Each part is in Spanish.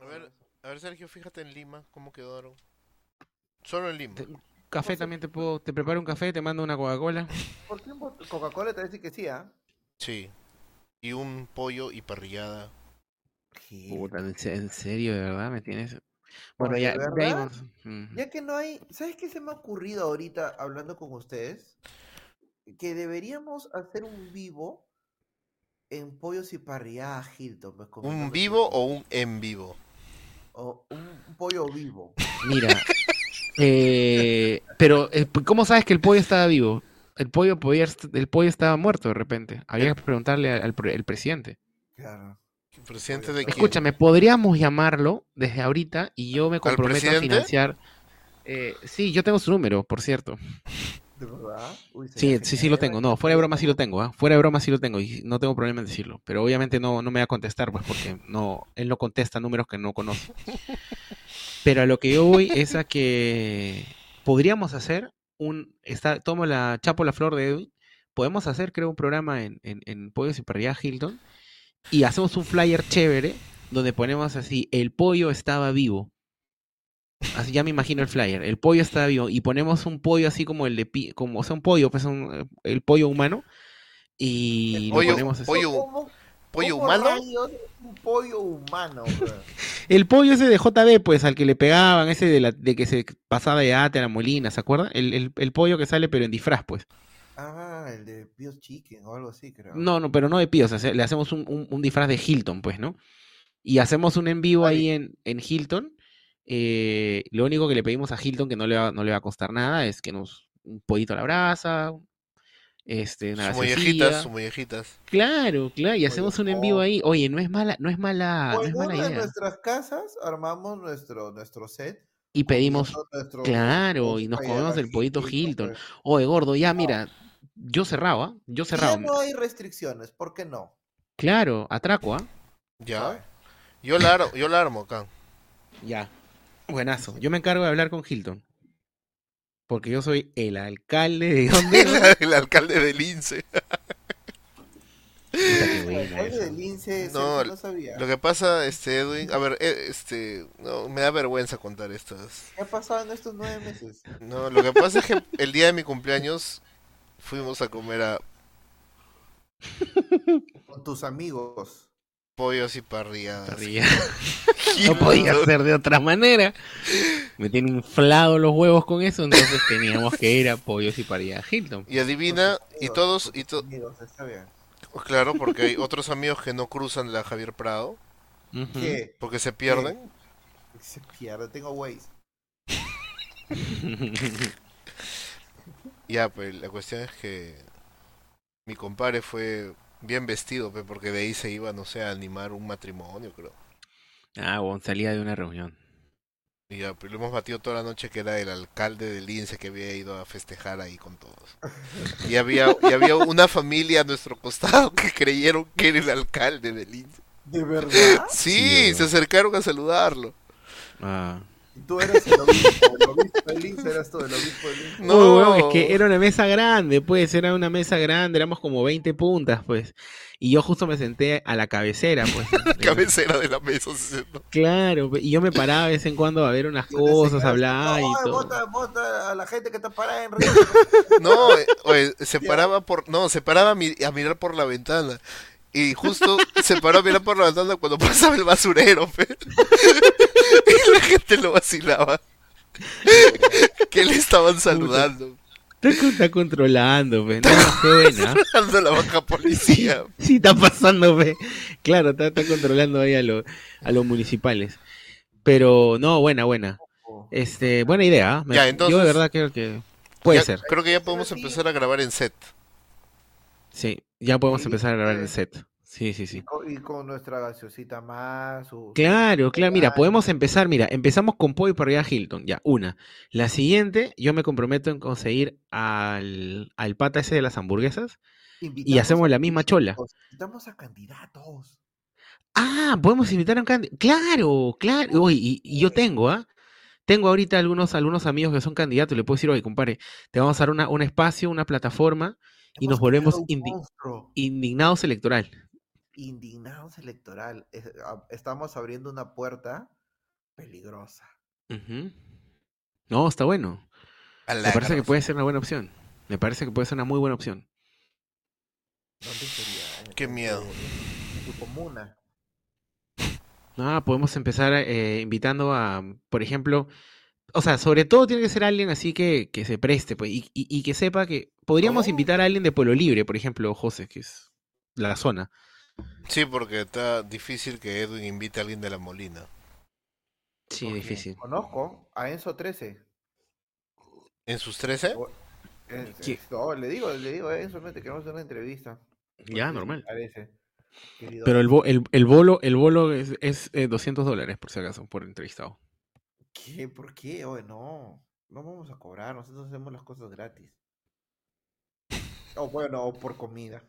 A ver, Sergio, fíjate en Lima, cómo quedaron. Solo en Lima. Café también te puedo, te preparo un café, te mando una Coca-Cola. ¿Por qué un bot- Coca-Cola te dice que sí, ah? Sí. Y un pollo y parrillada. Puta, en se- en serio, de verdad me tienes. Bueno, ¿de ya, verdad? de ahí vamos. Mm. Ya que no hay, ¿sabes qué se me ha ocurrido ahorita hablando con ustedes? Que deberíamos hacer un vivo en pollos y parrillada Hilton. pues, ¿Un comentando vivo sobre- o un en vivo? o un, un pollo vivo. Mira, eh, pero eh, ¿cómo sabes que el pollo estaba vivo? El pollo podía, est- el pollo estaba muerto de repente. Había que preguntarle al, al pre- el presidente. Claro. ¿Presidente de quién? Escúchame, podríamos llamarlo desde ahorita y yo me comprometo a presidente? financiar. Eh, sí, yo tengo su número, por cierto. ¿De verdad? Uy, Sí, sería sí, sí lo genial. tengo. No, fuera de broma sí lo tengo, ¿ah? Fuera de broma sí lo tengo y no tengo problema en decirlo. Pero obviamente no, no me va a contestar, pues, porque no, él no contesta números que no conoce. Pero a lo que yo voy es a que podríamos hacer un, está, tomo la chapo la flor de Edwin, podemos hacer, creo, un programa en, en, en Pollos y Parrilla Hilton y hacemos un flyer chévere donde ponemos así, el pollo estaba vivo. Así ya me imagino el flyer. El pollo está vivo. Y ponemos un pollo así como el de pi- como, o sea, un pollo, pues un, el pollo humano. Y El lo pollo- ponemos así. pollo- ¿Cómo- ¿Pollo cómo humano? rayos es Un pollo humano, bro? El pollo ese de JB, pues, al que le pegaban, ese de la, de que se pasaba de ate a la molina, ¿se acuerdan? El, el- el pollo que sale, pero en disfraz, pues. Ah, el de Pios Chicken o algo así, creo. No, no, pero no de pío, o sea, se- le hacemos un, un- un disfraz de Hilton, pues, ¿no? Y hacemos un en vivo ahí en, en Hilton. eh, lo único que le pedimos a Hilton, que no le va, no le va a costar nada, es que nos un pollito a la brasa, este, una Sus gaseosilla. mollejitas, sus mollejitas. Claro, claro, y hacemos un en vivo no. ahí. Oye, no es mala, no es mala, O no es en mala Pues, una de idea. nuestras casas armamos nuestro, nuestro set. Y pedimos, comiendo nuestro- claro, y nos nuestra comemos el hierba pollito Hilton. pues. Oye, gordo, ya mira, yo cerraba, yo Y cerraba. ya no hay restricciones, ¿por qué no? Claro, atraco, ¿ah? Ya. Yo la, ar- yo la armo acá. Ya. Buenazo. Yo me encargo de hablar con Hilton. Porque yo soy el alcalde de dónde. El, alcalde del INSE. Puta, qué El buena alcalde esa. del lince, No, no, lo- no sabía. Lo que pasa, este, Edwin. A ver, eh, este. No, me da vergüenza contar estas. ¿Qué ha pasado en estos nueve meses? No, lo que pasa es que el día de mi cumpleaños fuimos a comer a Con tus amigos. pollos y parrilladas. Parrilla. No podía ser de otra manera. Me tienen inflado los huevos con eso, entonces teníamos que ir a Pollos y Parrilla Hilton. Y adivina, Con tus y amigos, todos, con y tus to- amigos, está bien. claro, porque hay otros amigos que no cruzan la Javier Prado, Ujú. ¿Qué? porque se pierden. Se pierde, tengo Waze. Ya, pues la cuestión es que mi compadre fue bien vestido, pe, porque de ahí se iba, no sé, a animar un matrimonio, creo. Ah, bueno, salía de una reunión. Y ya, pues lo hemos batido toda la noche que era el alcalde del INSE que había ido a festejar ahí con todos. Y había, y había una familia a nuestro costado que creyeron que era el alcalde del INSE. ¿De verdad? Sí, Sí, se acercaron a saludarlo. Ah. Y Tú eres el obispo, el obispo del lince, eras tú, el obispo del lince. No, Uy, huevón, es que era una mesa grande, pues, era una mesa grande, éramos como 20 puntas, pues. Y yo justo me senté a la cabecera, pues. cabecera de la mesa. se sentó. Claro, pe- y yo me paraba de vez en cuando a ver unas Y una cosas, señora hablaba así, y "Oye, todo. Vota, vota a la gente que está parada en río. No, eh, oye, se paraba por, no, se paraba a, mi- a mirar por la ventana. Y justo se paró a mirar por la ventana cuando pasaba el basurero, pe. Y la gente lo vacilaba. Que le estaban saludando. Tú que está controlando, pe. No, qué buena. Dando la baja Sí, policía. sí está pasando, pe. Claro, está, está controlando ahí a, lo- a los municipales. Pero no, buena, buena. Este, buena idea. ¿ah? Me- Ya, Yo entonces- de verdad creo que puede Ya- ser. Creo que ya podemos empezar a grabar en set. Sí, ya podemos Sí, empezar a grabar en el sí. set. Sí, sí, sí. Y con, y con nuestra gaseosita más. su- Claro, claro, mira, Claro. podemos empezar, mira, empezamos con Pollo para allá Hilton, ya, una. La siguiente, yo me comprometo en conseguir al, al pata ese de las hamburguesas. Invitamos hacemos a la misma chola. políticos, Invitamos a candidatos. Ah, podemos invitar a un candidato. Claro, claro. Oye, y, y yo tengo, ¿ah? Tengo ahorita algunos, algunos amigos que son candidatos, le puedo decir, oye, compadre, te vamos a dar una, un espacio, una plataforma y Hemos nos volvemos creado un indi- monstruo. indignados electoral. Indignados electoral. Es- a- Estamos abriendo una puerta peligrosa. Ujú. No, está bueno. Me parece que Alacros. puede ser una buena opción. Me parece que puede ser una muy buena opción. ¿Dónde sería? En- Qué en- miedo. en- en tu comuna. Ah, podemos empezar eh, invitando a, por ejemplo, o sea, sobre todo tiene que ser alguien así que, que se preste, pues, y, y- y que sepa que podríamos Oh. invitar a alguien de Pueblo Libre, por ejemplo, José, que es la zona. Sí, porque está difícil que Edwin invite a alguien de la Molina. Sí, Porque difícil. Conozco a Enzo 13. ¿En sus 13? O- en- ¿Qué? no, le digo, le digo, Enzo, no te queremos hacer una entrevista. Ya, normal. Parece. Querido, Pero el, bo- el, el bolo, el bolo es, es, eh, 200 dólares, por si acaso, por entrevistado. ¿Qué? ¿Por qué? Oye, no. No vamos a cobrar, nosotros hacemos las cosas gratis. O bueno, o por comida.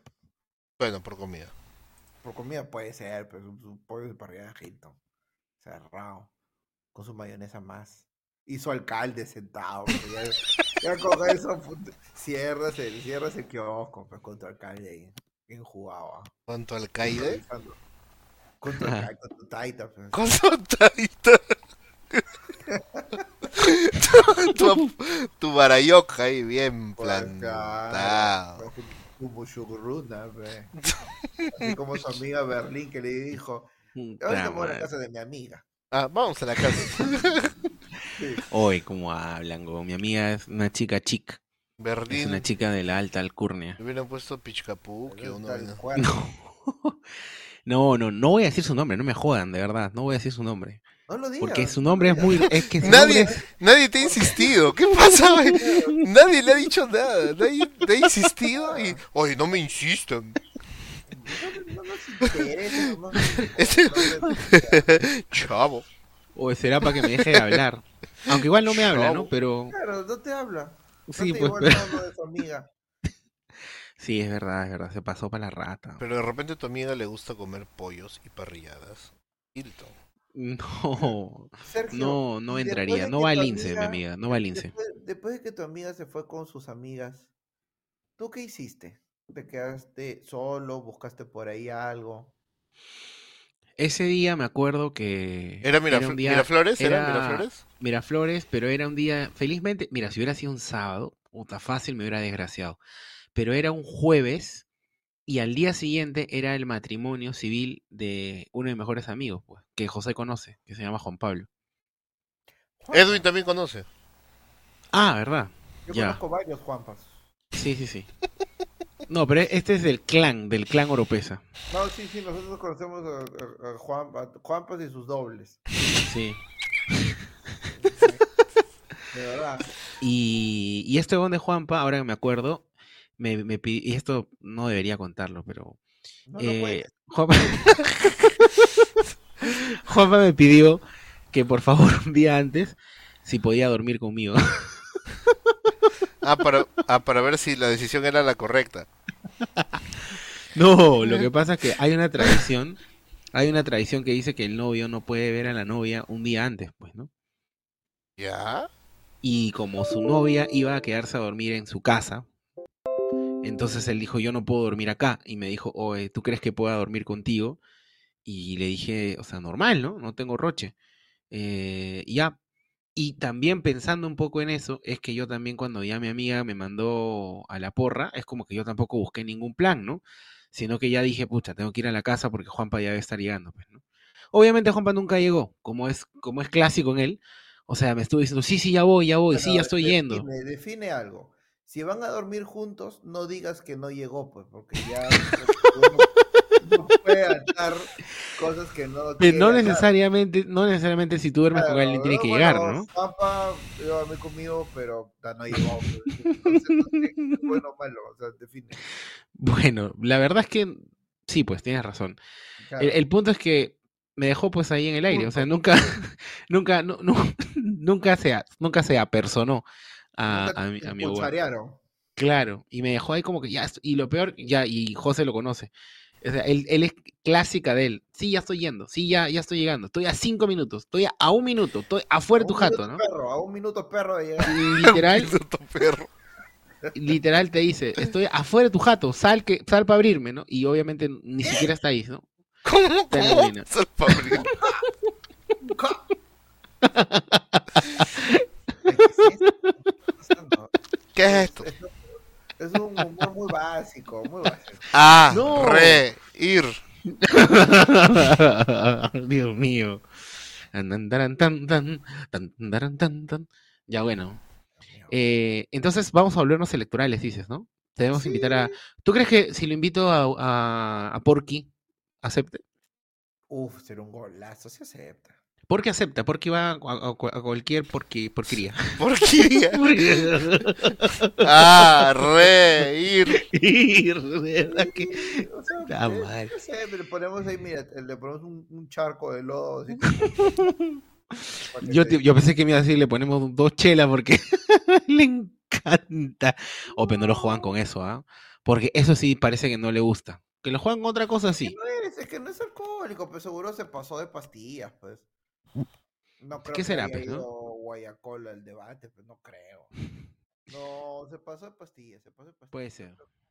Bueno, por comida. Por comida puede ser, pero un, un pollo de parrillada de Hilton. Cerrado. Con su mayonesa más. Y su alcalde sentado. pues, Ya, ya con eso, puta, cierras el, cierras el kiosco pues, con tu alcalde ahí. Bien jugado. ah. ¿Cuánto alcaide? Improvisando. Con tu alcalde, con tu taita. pues. ¿Cuánto taita? tu, tu, tu barayoca ahí bien Por acá, plantado. pues, Como chucruna, pues. Así como su amiga Berlín que le dijo: Mm, Ahorita Puta me voy a la madre. casa de mi amiga. Ah, vamos a la casa. Sí. Hoy, como hablan, go. mi amiga es una chica chic, es Berlín. una chica de la alta alcurnia. Me hubieran puesto Pichcapuque Pero o una tal vaina. cual. No. No, no, no voy a decir su nombre, no me jodan, de verdad, no voy a decir su nombre. No lo digas. Porque su no lo nombre es digas. muy... Es que su Nadie, nombre es- nadie te ha insistido. ¿Qué pasa, güey? Nadie le ha dicho nada. Nadie te ha insistido y. Oye, no me insistan. No nos interesa, no nos Este- interesa. Chavo. O será para que me deje de hablar. Aunque igual no me habla, ¿no? Chavo. Pero Claro, no te habla. No sí, te pues... igual pero- hablo de tu amiga. Sí, es verdad, es verdad, se pasó para la rata. Pero de repente a tu amiga le gusta comer pollos y parrilladas. Hilton. No, Sergio, no, no y después entraría, de no que va al tu lince, mi amiga, no va al lince. Después, después de que tu amiga se fue con sus amigas, ¿tú qué hiciste? ¿Te quedaste solo? ¿Buscaste por ahí algo? Ese día me acuerdo que... ¿Era, Mirafl- un día- Miraflores? ¿Era, era- Miraflores? Miraflores, pero era un día, felizmente, mira, si hubiera sido un sábado, puta fácil, me hubiera desgraciado. Pero era un jueves y al día siguiente era el matrimonio civil de uno de mis mejores amigos, pues, que José conoce, que se llama Juan Pablo. Juanpa, Edwin también conoce. Ah, ¿verdad? Yo ya. conozco varios Juanpas. Sí, sí, sí. No, pero este es del clan, del clan Oropesa. No, sí, sí, nosotros conocemos a, a- a Juan- a Juanpas y sus dobles. Sí. De verdad. Y, y este don de Juanpa, ahora que me acuerdo, me, me pi- y esto no debería contarlo, pero No lo Eh, puedes. Juanpa... Juanpa me pidió que por favor un día antes si podía dormir conmigo. Ah para, ah, para ver si la decisión era la correcta. No, lo que pasa es que hay una tradición, hay una tradición que dice que el novio no puede ver a la novia un día antes, pues, ¿no? ¿Ya? Y como su novia iba a quedarse a dormir en su casa, entonces él dijo, yo no puedo dormir acá. Y me dijo, oye, ¿tú crees que pueda dormir contigo? Y le dije, o sea, normal, ¿no? No tengo roche. Eh, y ya. Y también pensando un poco en eso, es que yo también cuando ya mi amiga me mandó a la porra, es como que yo tampoco busqué ningún plan, ¿no? Sino que ya dije, pucha, tengo que ir a la casa porque Juanpa ya debe estar llegando, pues, ¿no? Obviamente Juanpa nunca llegó, como es, como es clásico en él. O sea, me estuvo diciendo, sí, sí, ya voy, ya voy, pues sí, ya Bueno, estoy define- yendo. define algo. Si van a dormir juntos, no digas que no llegó, pues, porque ya uno no puede atar cosas que no. Pero quiere no atar. necesariamente, no necesariamente si tú duermes con alguien Claro, tiene que bueno, llegar, ¿no? Papá, yo dormí conmigo, pero ya no llegó. pues, entonces, no sé, bueno o malo, o sea, define. Bueno, la verdad es que sí, pues tienes razón. claro. El, el punto es que me dejó pues ahí en el aire, o sea, nunca, nunca, nu- nu- nunca se, a- nunca se apersonó a, Nunca a mi, te a mi hogar. cucharearon. Claro, y me dejó ahí como que ya, est- y lo peor, ya, y José lo conoce. O sea, él, él es clásica de él. Sí, ya estoy yendo, sí, ya, ya estoy llegando, estoy a cinco minutos, estoy a, a un minuto, estoy afuera A de tu un jato, minuto ¿no? perro, a un minuto perro de llegar. Y literal, Puto perro. literal te dice, estoy afuera de tu jato, sal que, sal para abrirme, ¿no? Y obviamente ni siquiera está ahí, ¿no? ¿Cómo? Te ¿Cómo? arruina. Sal pa' abrir. Ah, No. re, ir. Dios mío. Andandaran tan, tan, tan, tandaran tan, tan. Ya bueno. Eh, entonces vamos a volvernos electorales, dices, ¿no? Debemos invitar a. ¿Tú crees que si lo invito a, a, a Porky, acepte? Uf, será un golazo, se acepta. Porky acepta, Porky va a, a- a cualquier porqui, porquería. ¿Por qué? Ah, re, ir. Y de verdad que- O sea, La eh, madre. no sé, le ponemos ahí, mira, le ponemos un, un charco de lodo. así como- para que Yo, se- te- yo pensé que me iba a decir, le ponemos dos chelas porque le encanta. O pero no lo juegan con eso, ¿ah? Porque eso sí parece que no le gusta. Que lo juegan con otra cosa, sí. No es, es que no es alcohólico, pero seguro se pasó de pastillas, pues. No creo ¿Qué será, que haya pues, no? ido Guayacol al debate, pues no creo. No, se pasó de pastillas, se pasó de pastillas. Puede ser.